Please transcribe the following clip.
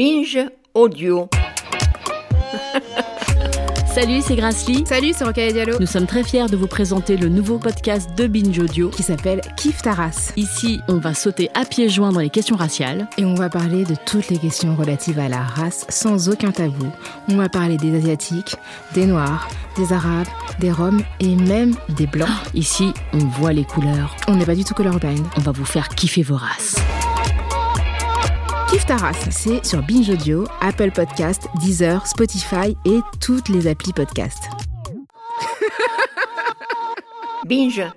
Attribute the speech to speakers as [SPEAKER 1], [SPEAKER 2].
[SPEAKER 1] Binge Audio.
[SPEAKER 2] Salut, c'est Grace Lee.
[SPEAKER 3] Salut, c'est Rocaille Diallo.
[SPEAKER 2] Nous sommes très fiers de vous présenter le nouveau podcast de Binge Audio.
[SPEAKER 3] Qui s'appelle Kif ta race.
[SPEAKER 2] Ici, on va sauter à pieds joints dans les questions raciales.
[SPEAKER 3] Et on va parler de toutes les questions relatives à la race sans aucun tabou. On va parler des Asiatiques, des Noirs, des Arabes, des Roms et même des Blancs.
[SPEAKER 2] Ici, on voit les couleurs.
[SPEAKER 3] On n'est pas du tout colorblind.
[SPEAKER 2] On va vous faire kiffer vos races.
[SPEAKER 3] Kif ta race, c'est sur Binge Audio, Apple Podcast, Deezer, Spotify et toutes les applis podcast.
[SPEAKER 1] Binge